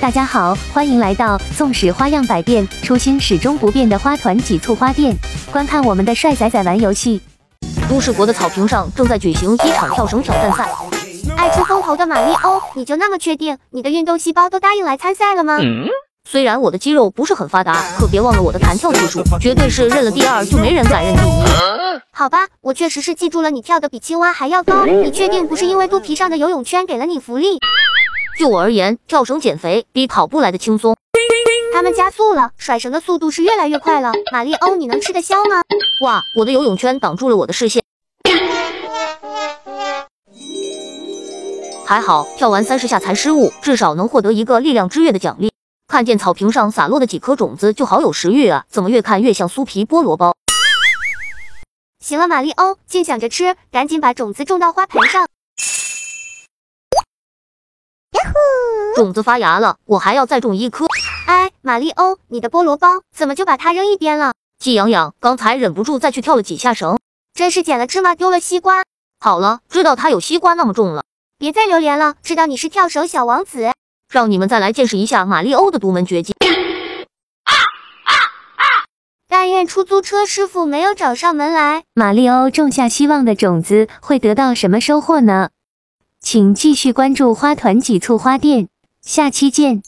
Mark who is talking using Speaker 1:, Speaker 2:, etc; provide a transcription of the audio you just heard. Speaker 1: 大家好，欢迎来到纵使花样百变，初心始终不变的花团几簇花店，观看我们的帅仔仔玩游戏。
Speaker 2: 都市国的草坪上正在举行一场跳绳挑战赛，
Speaker 3: 爱出风头的马里
Speaker 1: 哦
Speaker 3: 欧，你就那么确定你的运动细胞都答应来参赛了吗？
Speaker 2: 虽然我的肌肉不是很发达，可别忘了我的弹跳技术，绝对是认了第二就没人敢认第一。
Speaker 3: 好吧，我确实是记住了你跳的比青蛙还要高。你确定不是因为肚皮上的游泳圈给了你浮力，
Speaker 2: 就我而言，跳绳减肥比跑步来的轻松。
Speaker 3: 他们加速了，甩绳的速度是越来越快了。马里
Speaker 2: 哦
Speaker 3: 欧，你能吃得消吗？
Speaker 2: 哇，我的游泳圈挡住了我的视线。还好跳完三十下才失误，至少能获得一个力量之跃的奖励。看见草坪上洒落的几颗种子，就好有食欲啊！怎么越看越像酥皮菠萝包？
Speaker 3: 行了，马里
Speaker 2: 哦
Speaker 3: 欧，净想着吃，赶紧把种子种到花盆上。
Speaker 2: 种子发芽了，我还要再种一颗。
Speaker 3: 哎，马里欧，你的菠萝包怎么就把它扔一边了？
Speaker 2: 季痒痒刚才忍不住再去跳了几下绳。
Speaker 3: 真是捡了芝麻丢了西瓜。
Speaker 2: 好了，知道它有西瓜那么重了，
Speaker 3: 别再榴莲了，知道你是跳绳小王子。
Speaker 2: 让你们再来见识一下马里欧的独门绝技。
Speaker 3: 但愿出租车师傅没有找上门来。
Speaker 1: 马里欧种下希望的种子，会得到什么收获呢？请继续关注花团几簇花店，下期见。